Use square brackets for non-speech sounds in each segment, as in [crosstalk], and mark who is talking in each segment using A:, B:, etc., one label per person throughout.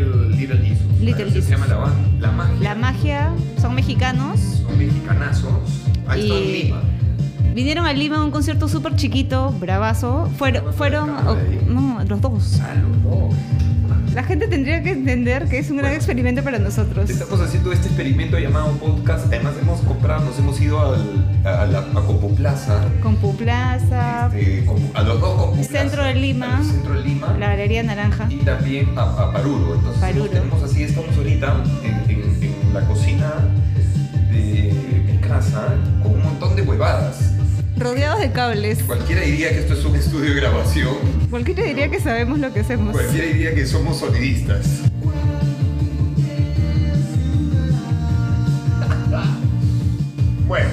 A: Little Jesus.
B: Little
A: Se
B: Jesus.
A: llama la, ba- la magia.
B: La magia, son mexicanos.
A: Son mexicanazos. Ahí está en
B: Y-
A: Lima.
B: Vinieron a Lima a un concierto súper chiquito, bravazo. Fueron, fueron oh,
A: Acaba de ir.
B: no, los dos.
A: A los dos.
B: La gente tendría que entender que es un gran
A: Bueno.
B: experimento para nosotros.
A: Estamos haciendo este experimento llamado podcast. Además hemos comprado, nos hemos ido al, a la a Copoplaza.
B: Compu Plaza,
A: este, como- a los dos Copoplaza,
B: Centro de Lima.
A: al Centro de Lima.
B: la Galería Naranja.
A: y también a, a Paruro. Entonces
B: Paruro.
A: tenemos así, estamos ahorita en, en- en la cocina de mi casa con un montón de huevadas.
B: Rodeados de cables.
A: Cualquiera diría que esto es un estudio de grabación.
B: Cualquiera diría que sabemos lo que hacemos.
A: Cualquiera diría que somos sonidistas. [laughs] Bueno,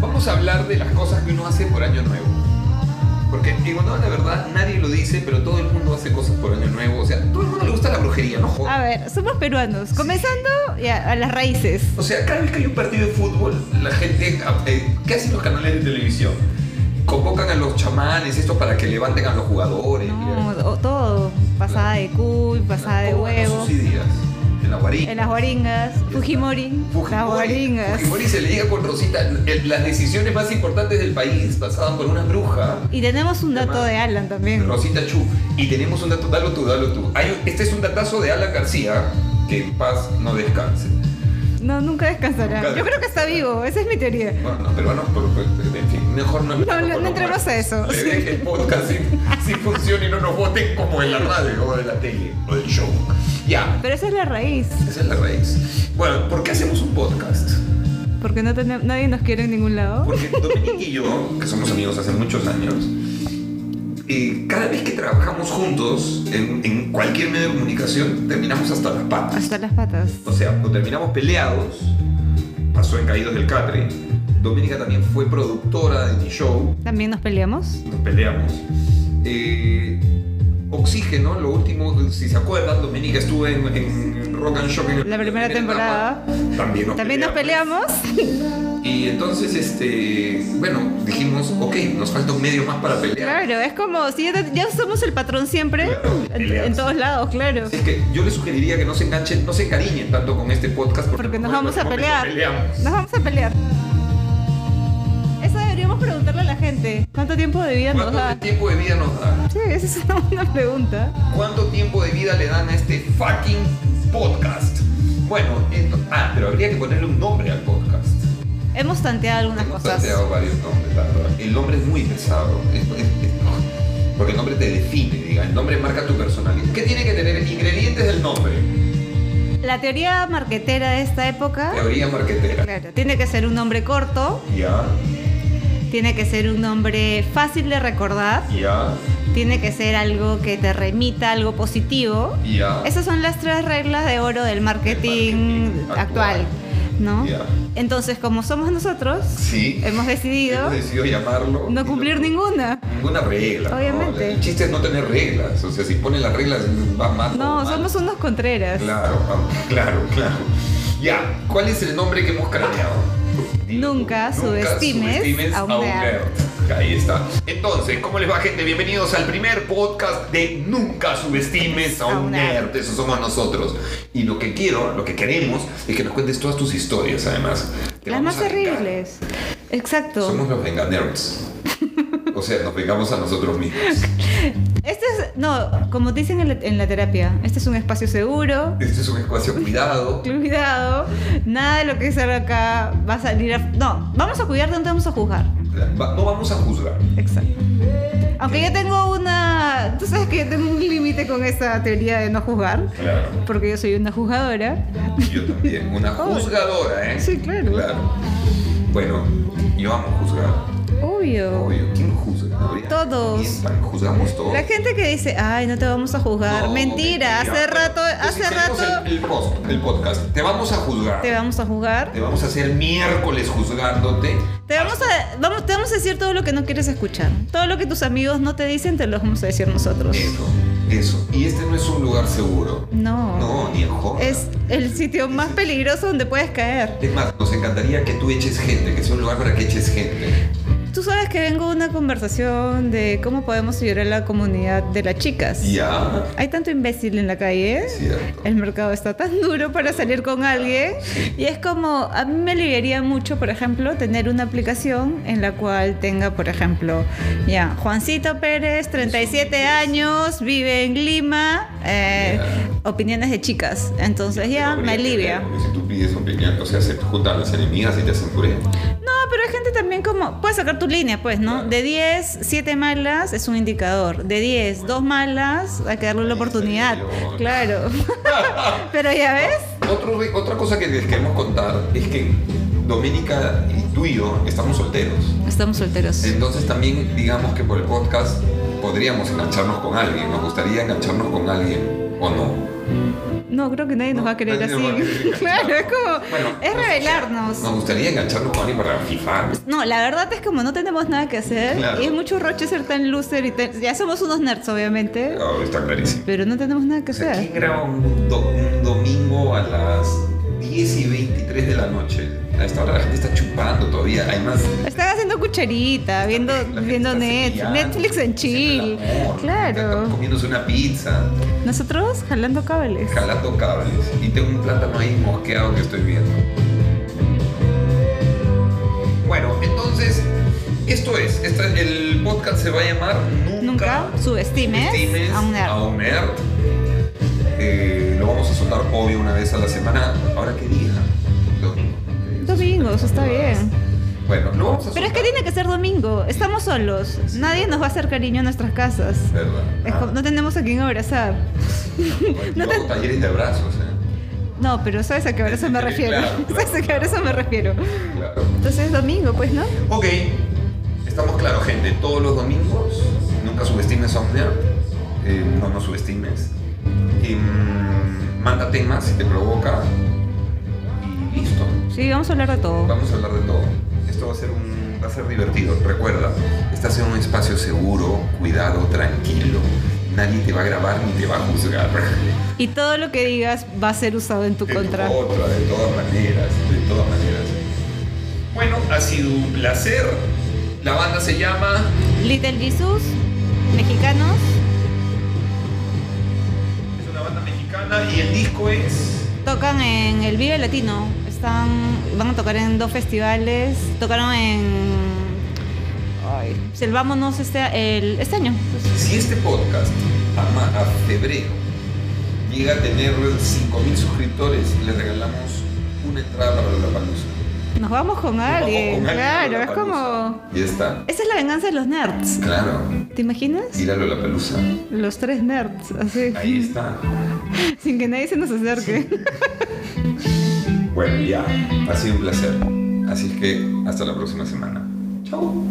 A: vamos a hablar de las cosas que uno hace por año nuevo. Porque en honor a la verdad nadie lo dice, pero todo el mundo hace cosas por año nuevo. O sea, todo el mundo le gusta la brujería, no jodas.
B: A ver, somos peruanos. Comenzando ya, a las raíces.
A: O sea, cada vez que hay un partido de fútbol, la gente, eh, ¿qué hacen los canales de televisión? Convocan a los chamanes, esto para que levanten a los jugadores.
B: No, o- todo. Pasada de cuy, pasada de huevo.
A: Sus ideas, en la guarida.
B: En las guaringas. Fujimori. Las guaringas.
A: Este, Fujimori se le diga con Rosita, el- las decisiones más importantes del país pasaban por una bruja.
B: Y tenemos un dato de Alan también.
A: Rosita Chu. Y tenemos un dato, dalo tú, dalo tú. Hay un- este es un datazo de Alan García, que en paz no descanse.
B: No, nunca
A: Nunca
B: descansará. Yo creo que está vivo, esa es mi teoría.
A: Bueno, los peruanos, pero, pero, en fin, mejor no.
B: No,
A: mejor
B: no, no
A: nos
B: entremos
A: mueran.
B: a eso.
A: La idea es que el podcast sí, sí funcione y no nos voten como en la radio o de la tele o del show. Ya,
B: Pero esa es la raíz,
A: esa es la raíz. Bueno, ¿por qué hacemos un podcast?
B: porque no tenem- nadie nos quiere en ningún lado.
A: Porque Dominique y yo, que somos amigos hace muchos años, eh, cada vez que trabajamos juntos en, en cualquier medio de comunicación, terminamos hasta las patas.
B: Hasta las patas.
A: O sea, o terminamos peleados, pasó en Caídos del Catre. Dominica también fue productora de mi show,
B: También nos peleamos.
A: nos peleamos. Eh, Oxígeno, lo último, si se acuerdan, Dominica estuvo en, en Rock and Shock en el-
B: La primera temporada.
A: etapa. También nos
B: También nos peleamos.
A: Y entonces, este, bueno, dijimos, ok, nos falta un medio más para pelear.
B: [laughs] Claro, es como si ya, ya somos el patrón siempre,
A: Claro,
B: en, en todos lados, claro.
A: Así es que yo les sugeriría que no se enganchen, no se encariñen tanto con este podcast porque,
B: Porque nos
A: luego
B: vamos
A: en
B: a
A: el momento
B: pelear.
A: peleamos.
B: Nos vamos a pelear. Eso deberíamos preguntarle a la gente. ¿Cuánto tiempo de vida nos
A: ¿Cuánto
B: da?
A: tiempo de vida nos da?
B: Sí, esa es [laughs] una buena pregunta.
A: ¿Cuánto tiempo de vida le dan a este fucking podcast? Bueno, ento- ah, pero habría que ponerle un nombre al podcast.
B: Hemos tanteado algunas
A: Hemos
B: cosas.
A: planteado varios nombres, la verdad. El nombre es muy pesado. es- es- es- porque el nombre te define, diga. El nombre marca tu personalidad. ¿Qué tiene que tener? Ingredientes del nombre.
B: La teoría marquetera de esta época,
A: Teoría marquetera.
B: claro, tiene que ser un nombre corto,
A: Ya,
B: tiene que ser un nombre fácil de recordar,
A: ya,
B: tiene que ser algo que te remita a algo positivo.
A: ya.
B: Esas son las tres reglas de oro del marketing,
A: marketing actual.
B: actual, ¿no?
A: Ya.
B: Entonces, como somos nosotros,
A: Sí.
B: hemos decidido
A: Hemos decidido llamarlo.
B: no cumplir
A: ninguna
B: ninguna.
A: Ninguna regla. ¿no?
B: Obviamente.
A: El chiste es no tener reglas. O sea, si ponen las reglas, va más.
B: No,
A: o mal.
B: somos unos contreras.
A: Claro, vamos, claro, claro. Ya, ¿cuál es el nombre que hemos craneado?
B: Nunca subestimes a un nerd.
A: Ahí está. Entonces, ¿cómo les va, gente? Bienvenidos al primer podcast de Nunca subestimes a un, nerd. Eso somos nosotros. Y lo que quiero, lo que queremos, es que nos cuentes todas tus historias, además. Te
B: Las
A: vamos
B: más
A: a vengar.
B: terribles. Exacto.
A: Somos los venganerds.
B: [laughs]
A: O sea, nos vengamos a nosotros mismos.
B: Este es, no, como dicen en la, en la terapia, este es un espacio seguro,
A: Este es un espacio cuidado.
B: cuidado, nada de lo que salga acá va a salir a... No, vamos a cuidar, no te vamos a juzgar.
A: Va- No vamos a juzgar.
B: Exacto. Aunque yo tengo una... Tú sabes que yo tengo un límite con esa teoría de no juzgar,
A: Claro.
B: porque yo soy una juzgadora.
A: Yo también. Una
B: Oh.
A: juzgadora, ¿eh?
B: Sí, claro.
A: Claro. Bueno, yo amo juzgar.
B: Obvio.
A: Obvio. ¿Quién juzga? Habría-
B: Todos.
A: Mientan, juzgamos todos.
B: La gente que dice, ay, no te vamos a juzgar,
A: No,
B: mentira, hace
A: Bueno,
B: rato,
A: pues
B: hace
A: hicimos
B: rato
A: El, el post- el podcast. Te vamos a juzgar.
B: te vamos a juzgar.
A: Te vamos a hacer miércoles juzgándote.
B: Te vamos, a, vamos, te vamos a decir todo lo que no quieres escuchar. Todo lo que tus amigos no te dicen, te lo vamos a decir nosotros.
A: Eso, eso. Y este no es un lugar seguro.
B: No.
A: No, ni en joda.
B: Es el sitio más peligroso donde puedes caer.
A: Es más, nos encantaría que tú eches gente, que sea un lugar para que eches gente.
B: tú sabes que vengo a una conversación de cómo podemos ayudar a la comunidad de las chicas.
A: Ya.
B: Hay tanto imbécil en la calle.
A: Cierto.
B: El mercado está tan duro para salir con alguien. Y es como, a mí me aliviaría mucho, por ejemplo, tener una aplicación en la cual tenga, por ejemplo, ya, Juancito Pérez, 37 años, vive en Lima, eh, opiniones de chicas. Entonces ya,
A: Pero
B: me
A: habría que
B: alivia.
A: ver, Porque si tú pides opinión, o sea, se juntan las enemigas y te hacen puré.
B: No, pero hay gente también como. Puedes sacar tu línea, pues, ¿no? De 10, 7 malas es un indicador. De 10, 2 malas, hay que darle la oportunidad.
A: señor. [laughs]
B: Claro. pero ya ves.
A: Otro, otra cosa que les queremos contar es que Doménica y tú y yo estamos solteros.
B: Estamos solteros.
A: Entonces también digamos que por el podcast podríamos engancharnos con alguien. Nos gustaría engancharnos con alguien o no.
B: No, creo que nadie nos va a querer
A: Nadie
B: así.
A: nos va a
B: [laughs]
A: querer enganchar.
B: claro, es como.
A: Bueno,
B: es
A: nos-
B: revelarnos.
A: Nos gustaría engancharnos con alguien para fifar.
B: No, la verdad es como no tenemos nada que hacer.
A: Claro.
B: Y es mucho roche ser tan loser y tan- Ya somos unos nerds, obviamente.
A: Oh, está clarísimo.
B: Pero no tenemos nada que
A: O sea,
B: hacer.
A: ¿quién graba un, do- un domingo a las 10 y 23 de la noche? A esta hora la gente está chupando todavía. Además,
B: Están haciendo cucharita, viendo,
A: la gente
B: viendo
A: está
B: Netflix,
A: cepillando,
B: Netflix en
A: haciendo el
B: chill.
A: amor,
B: Claro.
A: está Comiéndose una pizza,
B: Nosotros jalando cables.
A: jalando cables. Y tengo un plátano ahí mosqueado que estoy viendo. Bueno, entonces, esto es. Esta- el podcast se va a llamar Nunca,
B: Nunca subestimes
A: Estimes
B: a un
A: a
B: nerd.
A: un nerd. Eh, lo vamos a soltar obvio una vez a la semana. ¿Ahora qué día? Domingo.
B: Domingos, está bien.
A: Bueno, lo vamos a
B: Pero
A: soltar.
B: es que tiene que ser domingo. Estamos solos. Nadie nos va a hacer cariño en nuestras casas.
A: ¿Verdad?
B: Es
A: Ah,
B: como- no tenemos a quien abrazar. [laughs]
A: yo hago talleres de abrazos, ¿eh?
B: No, pero sabes a qué abrazo
A: [laughs]
B: me
A: Claro,
B: refiero.
A: claro.
B: [laughs] Sabes a qué abrazo me refiero.
A: Claro.
B: Entonces domingo, pues, ¿no?
A: Ok. Estamos claros, gente. Todos los domingos. Nunca subestimes a un nerd. Eh, no nos subestimes. Y, mm, manda temas si te provoca. Y listo.
B: Sí, vamos a hablar de todo.
A: Vamos a hablar de todo. Esto va a ser un, va a ser divertido. Recuerda, estás en un espacio seguro, cuidado, tranquilo. Nadie te va a grabar ni te va a juzgar.
B: Y todo lo que digas va a ser usado en tu
A: De
B: contra.
A: otra, de todas maneras, de todas maneras. Bueno, ha sido un placer. La banda se llama
B: Little Jesus, mexicanos,
A: es una banda mexicana y el disco es
B: tocan en el Vive Latino. Están, van a tocar en dos festivales. Tocaron en. Ay, Selvámonos este, el, este año.
A: si este podcast a, ma- a febrero llega a tener 5000 suscriptores, le regalamos una entrada para la palusa.
B: Nos vamos con alguien. claro, es como.
A: Ya está.
B: Esa es la venganza de los nerds.
A: Claro,
B: ¿Te imaginas?
A: ir a la palusa.
B: Los tres nerds, así.
A: Ahí está.
B: [laughs] Sin que nadie se nos acerque.
A: Bueno, ya. Ha sido un placer. Así es que hasta la próxima semana. Chau.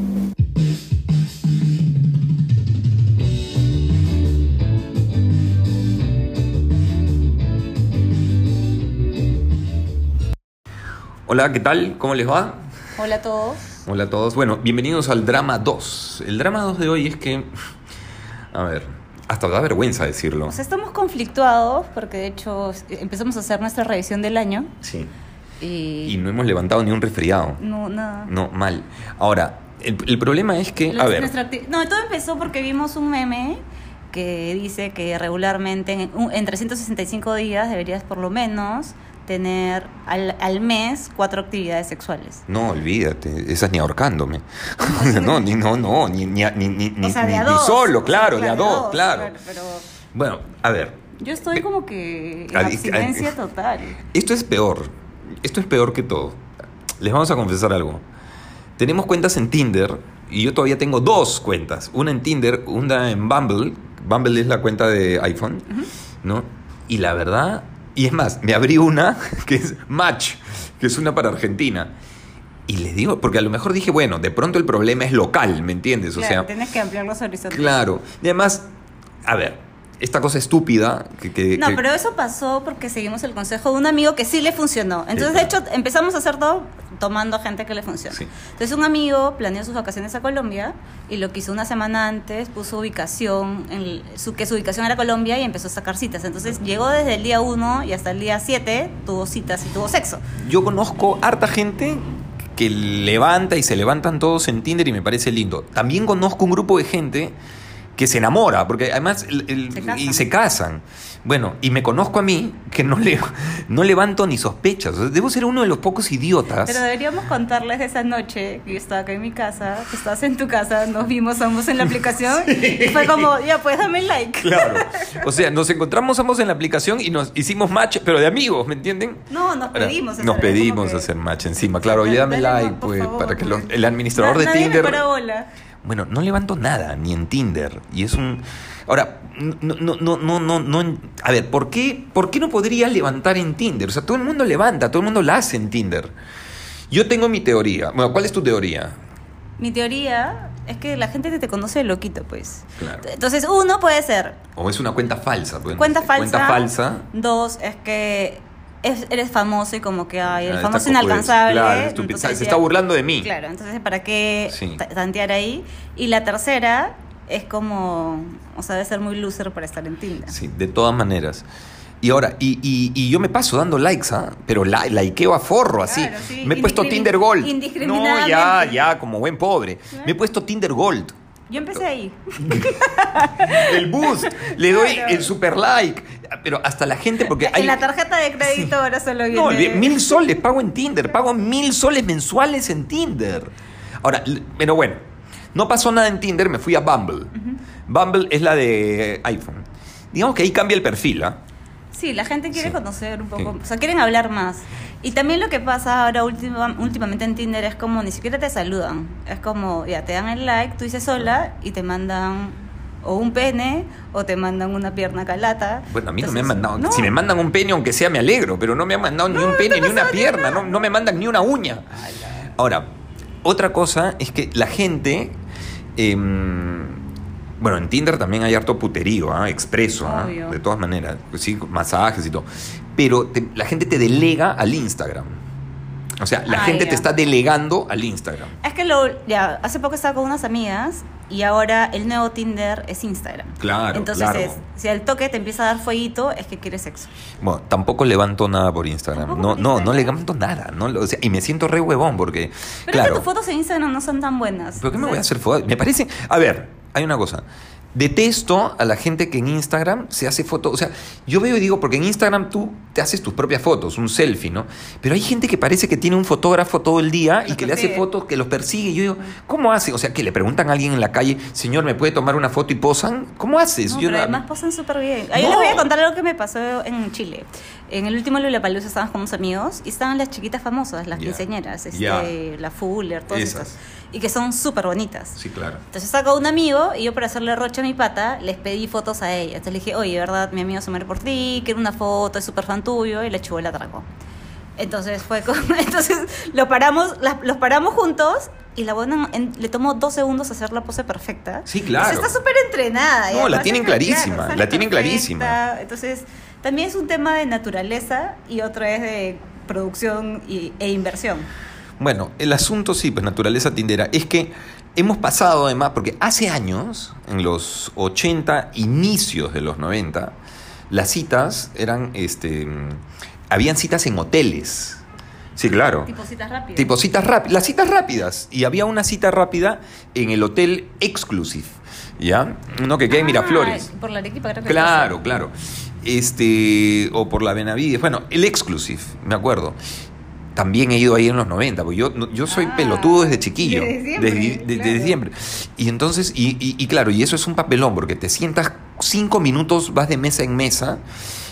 A: Hola, ¿qué tal? ¿Cómo les va?
B: Hola a todos.
A: Hola a todos. Bueno, bienvenidos al drama 2. El drama 2 de hoy es que. A ver, hasta da vergüenza decirlo.
C: O sea, estamos conflictuados porque de hecho eh, empezamos a hacer nuestra revisión del año
A: Sí.
C: y,
A: Y no hemos levantado ni un resfriado.
C: no nada.
A: No, mal. Ahora, el, el problema es que.
C: Lo-
A: A ver.
C: nuestra acti- no, todo empezó porque vimos un meme que dice que regularmente en, un- en 365 días deberías por lo menos tener al, al mes cuatro actividades sexuales.
A: No, olvídate, esas ni ahorcándome. [laughs] no, ni, no, no, ni, ni, ni, ni,
C: O sea, de
A: ni-
C: a
A: ni
C: dos.
A: solo,
C: O sea,
A: claro, de a dos, claro.
C: Pero
A: Bueno, a ver,
C: yo estoy como que en
A: Adic-
C: abstinencia
A: adic-
C: total.
A: esto es peor. Esto es peor que todo. Les vamos a confesar algo. Tenemos cuentas en Tinder y yo todavía tengo dos cuentas. Una en Tinder, una en Bumble. Bumble es la cuenta de iPhone, ¿no? Y la verdad, y es más, me abrí una [laughs] que es Match, que es una para Argentina. Y les digo, porque a lo mejor dije, bueno, de pronto el problema es local, ¿me entiendes? O
C: Claro,
A: sea,
C: tienes que ampliar los horizontes.
A: Claro. Y además, a ver, esta cosa estúpida que... que-
C: No,
A: que-
C: pero eso pasó porque seguimos el consejo de un amigo que sí le funcionó. Entonces, de hecho, empezamos a hacer todo tomando gente que le funciona.
A: Sí.
C: Entonces, un amigo planeó sus vacaciones a Colombia y lo quiso una semana antes, puso ubicación, en el- su, que su ubicación era Colombia y empezó a sacar citas. Entonces, llegó desde el día 1 y hasta el día 7, tuvo citas y tuvo sexo.
A: Yo conozco harta gente que levanta y se levantan todos en Tinder y me parece lindo. También conozco un grupo de gente que se enamora, porque además el- el-
C: Se casan.
A: y se casan. Bueno, y me conozco a mí que no, le, no levanto ni sospechas. O sea, Debo ser uno de los pocos idiotas.
C: Pero deberíamos contarles de esa noche que yo estaba acá en mi casa, tú estabas en tu casa, nos vimos ambos en la
A: [laughs]
C: aplicación y fue como, ya pues dame like.
A: Claro. O sea, nos encontramos ambos en la aplicación y nos hicimos match, pero de amigos, ¿me entienden?
C: No, nos
A: Ahora,
C: pedimos. hacer,
A: Nos
C: es como
A: pedimos
C: que-
A: hacer match encima, claro. Oye, dame
C: Dale,
A: like,
C: no, por
A: pues,
C: favor,
A: para que los-
C: pues.
A: el administrador
C: Na-
A: de
C: nadie me
A: Tinder.
C: para bola.
A: Bueno, no levanto nada, ni en Tinder. Y es un. Ahora, no, no, no, no, no, no- A ver, ¿por qué, ¿por qué no podría levantar en Tinder? O sea, todo el mundo levanta, todo el mundo la hace en Tinder. Yo tengo mi teoría. Bueno, ¿cuál es tu teoría?
C: Mi teoría es que la gente que te conoce de loquito, pues.
A: Claro.
C: Entonces, uno puede ser
A: O es una cuenta falsa. pues?
C: cuenta falsa.
A: Cuenta falsa.
C: Dos, es que es- eres famoso y como que, ay,
A: Ah,
C: el
A: está
C: famoso
A: como-
C: inalcanzable.
A: claro, estúpido. Se está burlando de mí.
C: Claro, entonces, ¿para qué
A: Sí.
C: ta- tantear ahí? Y la tercera es como, o sea, debe ser muy loser para estar en Tinder.
A: Sí, de todas maneras. Y ahora, y, y- y yo me paso dando likes, ¿ah? Pero la, likeo a forro, así.
C: Claro, sí,
A: Me he puesto
C: indiscrimin-
A: Tinder Gold. No,
C: indiscriminadamente.
A: ya, ya, como buen pobre. Me he puesto Tinder Gold.
C: Yo empecé ahí.
A: El boost. Le doy
C: Claro.
A: el super like. Pero hasta la gente, porque hay.
C: En la
A: [laughs]
C: tarjeta de crédito ahora solo viene...
A: No, de mil soles pago en Tinder. Pago mil soles mensuales en Tinder. Ahora, l- pero bueno, no pasó nada en Tinder, me fui a Bumble. Bumble es la de iPhone. Digamos que ahí cambia el perfil, ¿ah?
C: Sí, la gente quiere
A: Sí.
C: conocer un poco,
A: Sí.
C: o sea, quieren hablar más. Y también lo que pasa ahora última- últimamente en Tinder es como ni siquiera te saludan. Es como, ya, te dan el like, tú dices hola y te mandan o un pene o te mandan una pierna calata.
A: Bueno, a mí no me
C: Entonces,
A: han mandado. Si me mandan un pene, aunque sea, me alegro, pero no me han mandado ni un pene, ni una pierna, no, no me mandan ni una uña. Ahora, otra cosa es que la gente. em, bueno, en Tinder también hay harto puterío, ¿ah? expreso, ¿ah?
C: Obvio.
A: de todas maneras, pues sí, masajes y todo. Pero te- la gente te delega al Instagram. O sea, la
C: Ah,
A: gente
C: ya.
A: te está delegando al Instagram.
C: Es que lo, ya, hace poco estaba con unas amigas y ahora el nuevo Tinder es Instagram.
A: Claro,
C: Entonces,
A: claro.
C: es, si al toque te empieza a dar fueguito, es que quieres sexo.
A: Bueno, tampoco levanto nada por Instagram.
C: Tampoco
A: No,
C: por
A: no, no
C: Instagram.
A: levanto nada. No, lo- o sea, y me siento re huevón porque.
C: Pero es
A: claro,
C: que tus fotos en Instagram no son tan buenas.
A: ¿Pero qué me voy a
C: Entonces,
A: hacer fotos? Me parece. A ver, hay una cosa. Detesto a la gente que en Instagram se hace fotos. O sea, yo veo y digo, porque en Instagram tú te haces tus propias fotos, un selfie, ¿no? Pero hay gente que parece que tiene un fotógrafo todo el día y
C: Los
A: que le hace
C: persigue.
A: fotos, que los persigue. Y yo digo, ¿cómo hace? O sea, que le preguntan a alguien en la calle, señor, ¿me puede tomar una foto y posan? ¿Cómo haces?
C: No,
A: Yo
C: pero
A: na-
C: además pasan súper bien. Ahí
A: No.
C: les voy a contar algo que me pasó en Chile. En el último Lollapalooza estábamos con unos amigos y estaban las chiquitas famosas, las
A: Ya.
C: quinceañeras, este,
A: Ya.
C: la Fuller, todas
A: Esas.
C: esas. Y que son súper bonitas.
A: Sí, claro.
C: Entonces saco un amigo y yo para hacerle roche a mi pata les pedí fotos a ella. Entonces le dije, oye, ¿verdad? Mi amigo se muere por ti, quiero una foto, es súper fan tuyo y la chivola atracó. Entonces fue como, [laughs] entonces lo paramos, las- los paramos juntos y la buena en- le tomó dos segundos hacer la pose perfecta.
A: Sí, claro.
C: Entonces, está súper entrenada. y
A: No, la
C: además
A: tienen
C: es que,
A: clarísima,
C: claro, sale
A: la tienen
C: perfecta.
A: clarísima.
C: Entonces también es un tema de naturaleza y otro es de producción y- e inversión.
A: Bueno, el asunto sí, pues naturaleza tindera, es que hemos pasado además, porque hace años, en los 80, inicios de los 90, las citas eran, este, mm, habían citas en hoteles. Sí, claro.
C: Tipo citas rápidas.
A: Tipo citas rápidas, las citas rápidas. Y había una cita rápida en el hotel Exclusive, ¿ya? Uno que queda en Miraflores.
C: Ah, Por la Arequipa creo que
A: Claro, claro. Este, o por la Benavides. Bueno, el Exclusive, me acuerdo. También he ido ahí en los 90, porque yo, no- yo soy
C: Ah,
A: pelotudo desde chiquillo.
C: desde siempre,
A: Desde, desde- desde
C: claro.
A: siempre. Y entonces, y, y- y claro, y eso es un papelón, porque te sientas cinco minutos, vas de mesa en mesa,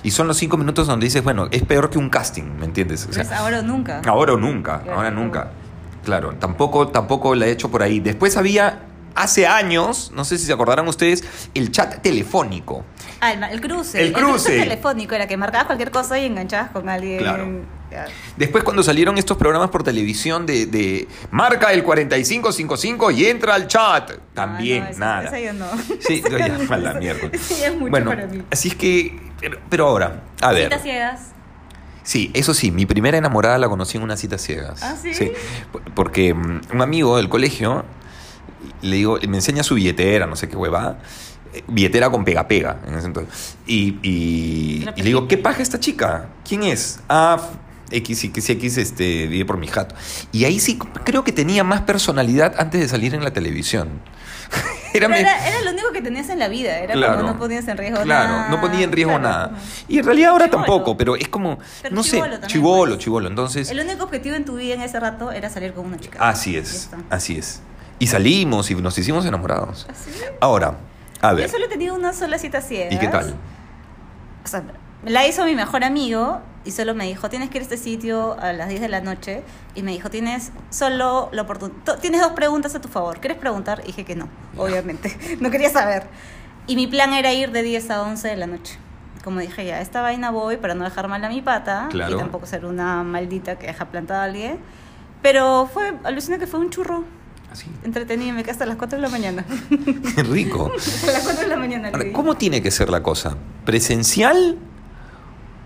A: y son los cinco minutos donde dices, bueno, es peor que un casting, ¿me entiendes? O sea, Ah,
C: Pues ahora o nunca.
A: Ahora o nunca,
C: Claro.
A: ahora nunca. Claro, tampoco, tampoco la he hecho por ahí. Después había, hace años, no sé si se acordarán ustedes, el chat telefónico.
C: Ah, el, ma- el cruce.
A: El cruce.
C: telefónico era que marcabas cualquier cosa y enganchabas con alguien.
A: Claro.
C: Ya. Ah,
A: Después cuando salieron estos programas por televisión de, de marca el 4555 y entra al chat. También,
C: Ah, no, esa-
A: nada.
C: esa yo no.
A: Sí,
C: Esa
A: yo [laughs] ya, [laughs]
C: no,
A: a la
C: esa-
A: mierda.
C: esa ya [laughs] es mucho
A: bueno,
C: para mí.
A: así es que, pero, pero ahora, a ver.
C: Citas ciegas.
A: Sí, eso sí, mi primera enamorada la conocí en una cita ciegas.
C: ¿Ah, sí?
A: p- porque mm, un amigo del colegio le digo, me enseña su billetera, no sé qué huevada. eh, Billetera con pega pega en ese entonces. Y, y-
C: Una
A: y le digo, ¿qué paja esta chica? ¿Quién es? Ah, f- XXX este, vive por mi jato. Y ahí sí creo que tenía más personalidad antes de salir en la televisión. [laughs]
C: Pero
A: me-
C: Era, era lo único que tenías en la vida, era
A: Claro.
C: como no ponías en riesgo
A: Claro,
C: nada.
A: no ponía en riesgo
C: Claro.
A: nada. Y en realidad ahora
C: Chibolo.
A: tampoco, pero es como,
C: Pero
A: no
C: chibolo
A: sé,
C: también,
A: chivolo,
C: pues.
A: chivolo. Entonces,
C: El único objetivo en tu vida en ese rato era salir con una chica.
A: así
C: Ya
A: es,
C: está.
A: así es. Y salimos y nos hicimos enamorados.
C: Así.
A: Ahora, Ah, a ver,
C: Yo solo he tenido una sola cita ciega.
A: ¿y qué tal?
C: O sea, me la hizo mi mejor amigo y solo me dijo, tienes que ir a este sitio a las 10 de la noche. Y me dijo, tienes solo la oportunidad, tienes dos preguntas a tu favor. ¿Quieres preguntar? Y dije que no, obviamente. [laughs] No quería saber. Y mi plan era ir de 10 a 11 de la noche. Como dije, ya, esta vaina voy para no dejar mal a mi pata.
A: Claro.
C: Y tampoco ser una maldita que deja plantada a alguien. Pero fue, alucina que fue un churro.
A: Así, [laughs]
C: Entretenido, me quedé hasta las 4 de la mañana. [laughs]
A: rico.
C: hasta las 4 de la mañana.
A: Ahora,
C: Luis.
A: ¿Cómo tiene que ser la cosa? ¿Presencial?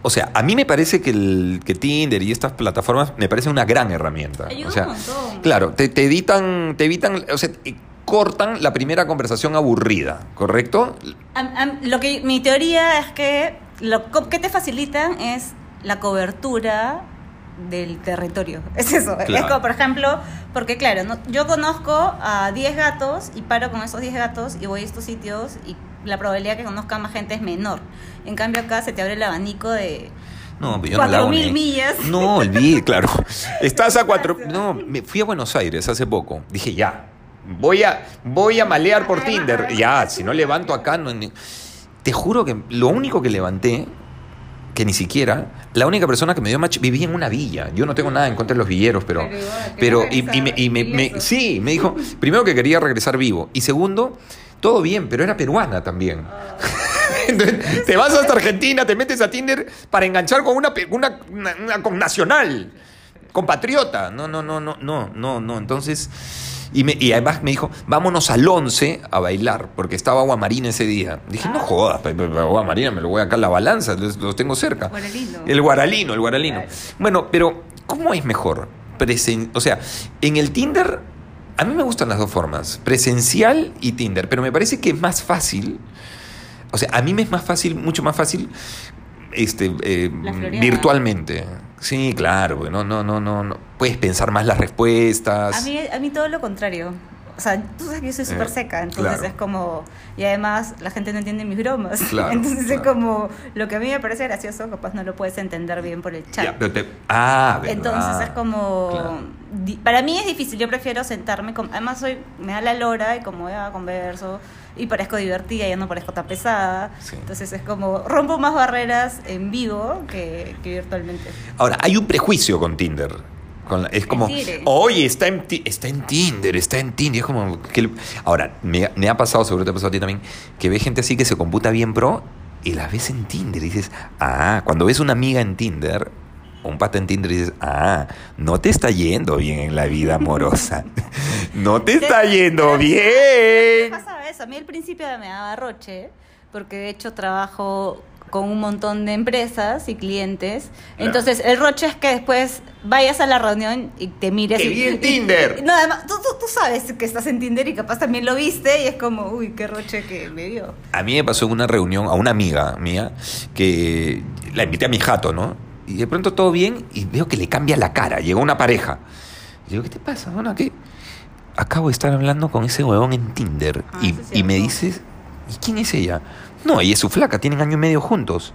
A: O sea, a mí me parece que, el, que Tinder y estas plataformas me parece una gran herramienta.
C: Ayuda
A: o sea,
C: un montón.
A: Claro, te, te evitan, te evitan, o sea, te cortan la primera conversación aburrida, ¿correcto?
C: Am- am- lo que mi teoría es que lo co- que te facilitan es la cobertura del territorio. [laughs] Es eso. Es
A: Claro.
C: como, por ejemplo, porque claro, no- yo conozco a 10 gatos y paro con esos 10 gatos y voy a estos sitios y la probabilidad que conozca a más gente es menor. En cambio acá se te abre el abanico de...
A: No, yo no la hago
C: 4.000
A: ni-
C: millas.
A: No, olvidé, claro. Estás a cuatro. No, me fui a Buenos Aires hace poco. Dije, ya, voy a, voy a malear por Tinder. Ya, si no levanto acá, no. ni- Te juro que lo único que levanté, que ni siquiera, la única persona que me dio match vivía en una villa. Yo no tengo nada en contra de los villeros, pero.
B: Pero igual,
A: Pero,
B: quería
A: y, y me, y me-
B: regresar
A: me-
B: ileso.
A: sí, me dijo, primero que quería regresar vivo. Y segundo, todo bien, pero era peruana también. [laughs] Entonces, te vas hasta Argentina, te metes a Tinder para enganchar con una, pe- una, una- una connacional, compatriota. No, no, no, no, no, no, no. Entonces, y, me- y además me dijo, vámonos al 11 a bailar, porque estaba Agua Marina ese día. Dije, no jodas, pe- pe- pe- Agua Marina, me lo voy acá a la balanza, los, los tengo cerca.
C: Guaralino.
A: El guaralino, el guaralino. Bueno, pero ¿cómo es mejor? Presen- o sea, en el Tinder, a mí me gustan las dos formas, presencial y Tinder, pero me parece que es más fácil, o sea, a mí me es más fácil, mucho más fácil, este, eh,
C: La floreada.
A: virtualmente. Sí, claro, porque no, no, no, no, no. Puedes pensar más las respuestas.
C: A mí, a mí todo lo contrario. O sea, tú sabes que yo soy súper
A: Eh,
C: seca, entonces
A: claro.
C: es como... Y además la gente no entiende mis bromas. [laughs]
A: Claro,
C: entonces es
A: claro.
C: como... Lo que a mí me parece gracioso, capaz no lo puedes entender bien por el chat.
A: Ya, pero te- ah, verdad.
C: Entonces es como...
A: Claro.
C: di- Para mí es difícil, yo prefiero sentarme con... Además soy, me da la lora y como ya converso y parezco divertida, ya no parezco tan pesada.
A: Sí.
C: Entonces es como rompo más barreras en vivo que, que virtualmente.
A: Ahora, hay un prejuicio con Tinder. Con la- es como,
C: Tinder.
A: oye, está en, Ti- está en Tinder, está en Tinder. Es como que el- ahora, me, me ha pasado, seguro te ha pasado a ti también, que ves gente así que se computa bien pro y la ves en Tinder. Y dices, ah, cuando ves una amiga en Tinder, o un pata en Tinder, y dices, ah, no te está yendo bien en la vida amorosa. [laughs] no te está yendo
C: ¿Qué
A: bien.
C: pasa eso? A mí al principio me daba roche, porque de hecho trabajo con un montón de empresas y clientes.
D: Claro.
C: Entonces, el roche es que después vayas a la reunión y te mires.
D: ¡Que
C: y-
D: vi en
C: [laughs] y-
D: Tinder!
C: y- no, además, tú, tú- tú sabes que estás en Tinder y capaz también lo viste y es como, uy, qué roche que me dio.
A: A mí me pasó en una reunión a una amiga mía que la invité a mi jato, ¿no? Y de pronto todo bien y veo que le cambia la cara. Llegó una pareja. Y digo, ¿qué te pasa? Bueno, ¿qué? Acabo de estar hablando con ese huevón en Tinder.
C: Ah,
A: y,
C: eso es
A: y me
C: cierto.
A: dices, ¿y quién es ella? No, ella es su flaca, tienen año y medio juntos.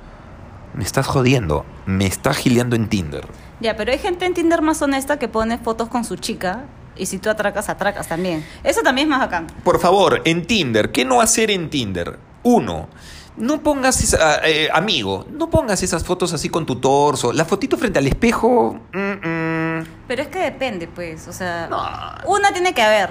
A: Me estás jodiendo. Me estás gileando en Tinder.
C: Ya, pero hay gente en Tinder más honesta que pone fotos con su chica y si tú atracas, atracas también. Eso también es más bacán.
A: Por favor, en Tinder, ¿qué no hacer en Tinder? Uno, no pongas, esa- eh, amigo, no pongas esas fotos así con tu torso. La fotito frente al espejo. mm, mm.
C: Pero es que depende, pues, o sea,
A: No.
C: una tiene que haber.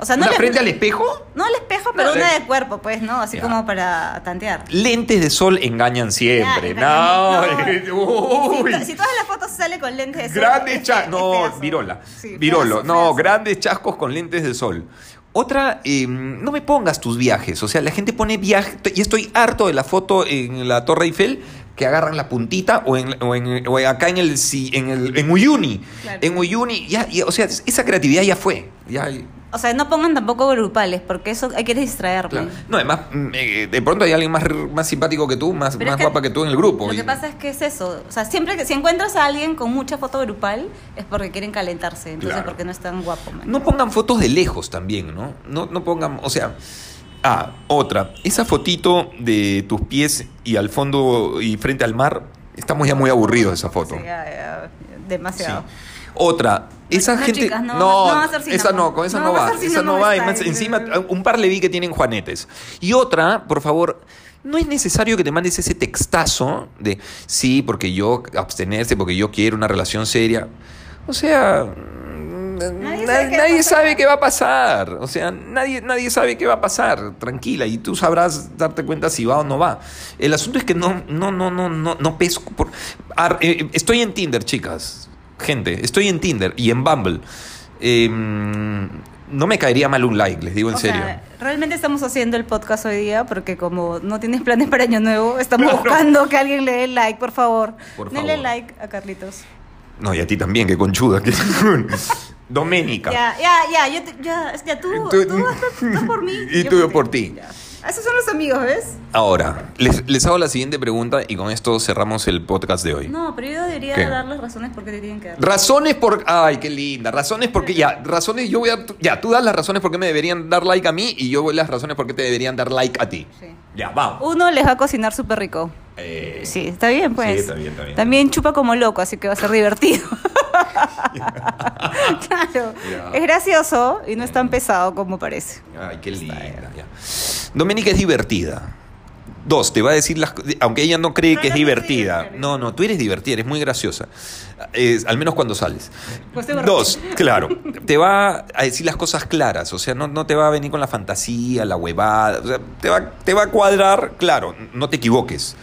C: O sea, no
A: ¿Una
C: le-
A: frente al espejo?
C: No al espejo, pero
A: No,
C: una
A: le-
C: de cuerpo, pues, ¿no? Así
A: Ya.
C: como para tantear.
A: Lentes de sol engañan siempre.
C: Ya, [laughs]
A: no, [laughs]
C: no.
A: uy.
C: Si, to- si todas las fotos sale con lentes de sol,
A: Grandes
C: [laughs] es-
A: chascos.
C: es
A: No,
C: feazo.
A: virola.
C: Sí,
A: Virolo.
C: feazo,
A: No,
C: feazo.
A: grandes chascos con lentes de sol. Otra, eh, no me pongas tus viajes. O sea, la gente pone viaje. Y estoy harto de la foto en la Torre Eiffel que agarran la puntita o, en, o en- o acá en el, si- en el en Uyuni.
B: Claro.
A: En Uyuni, ya, ya, o sea, esa creatividad ya fue. Ya,
C: O sea, no pongan tampoco grupales, porque eso hay que distraerme.
A: claro. No, además, mm, eh, de pronto hay alguien más, r- más simpático que tú, más,
C: Pero es
A: más
C: que
A: guapa que tú en el grupo.
C: Lo
A: Y-
C: que pasa es que es eso. O sea, siempre que si encuentras a alguien con mucha foto grupal, es porque quieren calentarse. Entonces,
A: Claro.
C: porque no es tan guapo, man.
A: No pongan fotos de lejos también, ¿no? No, no pongan, o sea, ah, otra, esa fotito de tus pies y al fondo y frente al mar, estamos ya muy aburridos de esa foto.
C: O sea, ya- ya- demasiado.
A: Sí. Otra, esa
C: no,
A: gente.
C: chicas, no, no va a ser sin
A: esa
C: amor.
A: no, con esa
C: No
A: no,
C: va a
A: va.
C: ser sin
A: Esa no
C: amor
A: va.
C: esta,
A: además,
C: eh.
A: encima, un par le vi que tienen juanetes. Y otra, por favor. No es necesario que te mandes ese textazo de sí, porque yo abstenerse, porque yo quiero una relación seria. O sea, mm,
B: Nadie
A: nadie,
B: sabe qué va
A: nadie sabe qué va
B: a pasar.
A: a pasar. O sea, nadie, nadie sabe qué va a pasar. Tranquila, y tú sabrás darte cuenta si va o no va. El asunto es que no, no, no, no, no, no pesco. por- Ar- eh, estoy en Tinder, chicas. Gente, estoy en Tinder y en Bumble. Eh, no me caería mal un like, les digo en
C: O
A: serio.
C: sea, realmente estamos haciendo el podcast hoy día porque como no tienes planes para Año Nuevo, estamos buscando que alguien le dé like, por favor.
A: Por
C: Denle
A: favor.
C: like a Carlitos.
A: No, y a ti también, que conchuda.
C: [laughs]
A: Que... Doménica.
C: Ya, ya, ya, yo te- ya, ya, tú,
A: Tú-
C: tú, vas- tú por mí.
A: Y tú por ti.
C: Ya. Esos son los amigos, ¿ves?
A: Ahora, les, les hago la siguiente pregunta y con esto cerramos el podcast de hoy.
C: No, pero yo debería
A: ¿Qué?
C: darles razones por qué te tienen que dar.
A: Razones por. Ay, qué linda. Razones porque. Ya, razones. Yo voy a. Ya, tú das las razones por qué me deberían dar like a mí y yo voy las razones por qué te deberían dar like a ti.
C: Sí.
A: Ya, vamos.
C: Uno les va a cocinar súper rico.
A: Eh,
C: Uh, Sí, está bien, pues.
A: Sí, está bien, está bien.
C: También chupa como loco, así que va a
A: [laughs]
C: ser divertido. [laughs] claro.
A: Ya. Mm.
C: Es gracioso y no es tan pesado como parece.
A: Ay, qué linda. ya. Doménica es divertida. Dos, te va a decir las co- aunque ella no cree
C: No,
A: que es
C: no soy
A: divertida.
C: divertida.
A: No, no, tú eres divertida, eres muy graciosa. Es- al menos cuando sales.
C: Pues tengo razón.
A: Dos, claro. Te va a decir las cosas claras, o sea, no, no te va a venir con la fantasía, la huevada, o sea, te va, te va a cuadrar, claro, no te equivoques.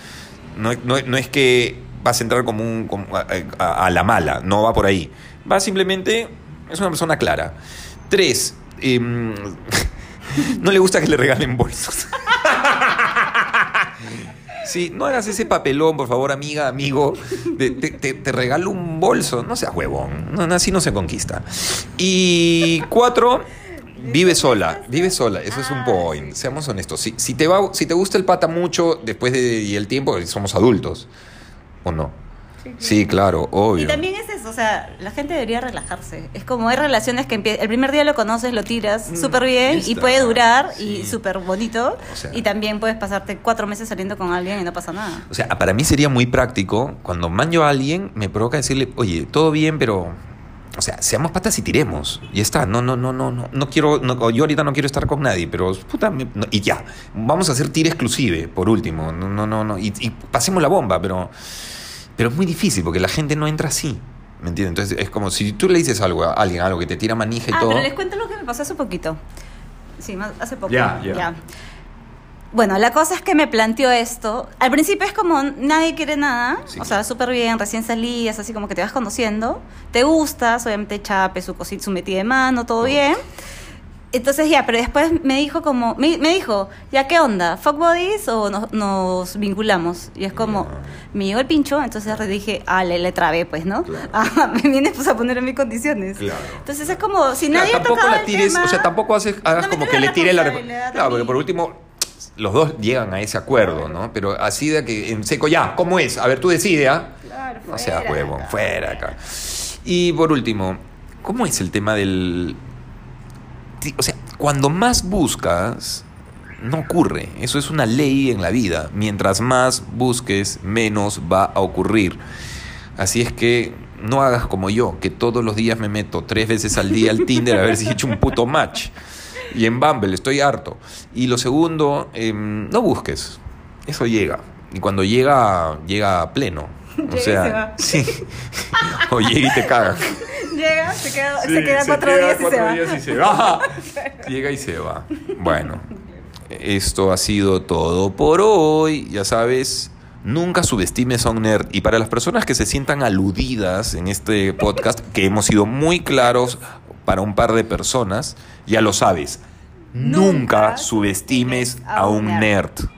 A: No, no- no es que vas a entrar como un como a, a- a la mala, no va por ahí. Va simplemente, es una persona clara. Tres, em, no le gusta que le regalen bolsos. [laughs] Sí, no hagas ese papelón, por favor, amiga, amigo. De- te, te- te regalo un bolso. No seas huevón. No, no, así no se conquista. Y cuatro, vive sola. Vive sola. Eso es un point. Seamos honestos. Si, si, te va, si te gusta el pata mucho después de, y el tiempo, somos adultos. ¿O no? Sí, claro, obvio.
C: Y también es eso, o sea, la gente debería relajarse. Es como hay relaciones que empie- el primer día lo conoces, lo tiras
A: Mm,
C: súper bien
A: ya
C: y
A: está,
C: puede durar y
A: sí.
C: súper bonito.
A: O sea.
C: y también puedes pasarte cuatro meses saliendo con alguien y no pasa nada.
A: O sea, para mí sería muy práctico cuando manjo a alguien, me provoca decirle, oye, todo bien, pero. O sea, seamos patas y tiremos. Y está. No, no, no, no, no. No quiero. no- yo ahorita no quiero estar con nadie, pero. Puta, me- no, y ya. Vamos a hacer tira exclusive, por último. No, no, no. no. Y, y pasemos la bomba, pero. Pero es muy difícil porque la gente no entra así. ¿Me entiendes? Entonces es como si tú le dices algo a alguien, algo que te tira manija y
C: Ah,
A: todo.
C: pero les cuento lo que me pasó hace poquito. Sí, más- hace poco.
D: Ya, ya.
C: Bueno, la cosa es que me planteó esto. Al principio es como nadie quiere nada,
A: Sí.
C: o sea, súper bien, recién salías, así como que te vas conociendo, te gustas, obviamente chape, su cosita, su metida de mano, todo bien. Entonces ya, pero después me dijo como, me, me dijo, ya qué onda, fuck buddies o nos, nos vinculamos. Y es como,
A: Ya.
C: me llegó el pincho, entonces dije, ah, le, le trabé pues, ¿no?
A: Claro.
C: [laughs] Ah, me vienes pues a poner en mis condiciones.
A: Claro.
C: Entonces es como, si
A: Claro,
C: nadie ha
A: tampoco
C: tocado
A: la
C: el
A: tires,
C: tema.
A: o sea, tampoco haces, hagas
C: No me
A: como
C: tires
A: que
C: la
A: le tire la
C: responsabilidad
A: Claro, porque
C: también.
A: por último los dos llegan a ese acuerdo, ¿no? Pero así de que en seco ya, ¿cómo es? A ver, tú decide, ¿ah?
B: Claro,
A: No seas
B: fuera
A: huevón,
B: acá.
A: fuera acá. Y por último, ¿cómo es el tema del Sí, o sea, cuando más buscas, no ocurre. Eso es una ley en la vida. Mientras más busques, menos va a ocurrir. Así es que no hagas como yo, que todos los días me meto tres veces al día al Tinder a ver si he hecho un puto match. Y en Bumble estoy harto. Y lo segundo, em, no busques. Eso llega. Y cuando llega, llega a pleno.
C: Llega
A: O
C: y se
A: sea,
C: va.
A: sí. [laughs] O llega y te cagan.
C: Llega, se queda,
D: Sí,
C: se queda cuatro
D: queda
C: días y se
D: cuatro
C: va.
D: días y se va.
A: [laughs] Llega y se va. Bueno, esto ha sido todo por hoy. Ya sabes, nunca subestimes a un nerd. Y para las personas que se sientan aludidas en este podcast, que hemos sido muy claros para un par de personas, ya lo sabes. Nunca subestimes a un nerd.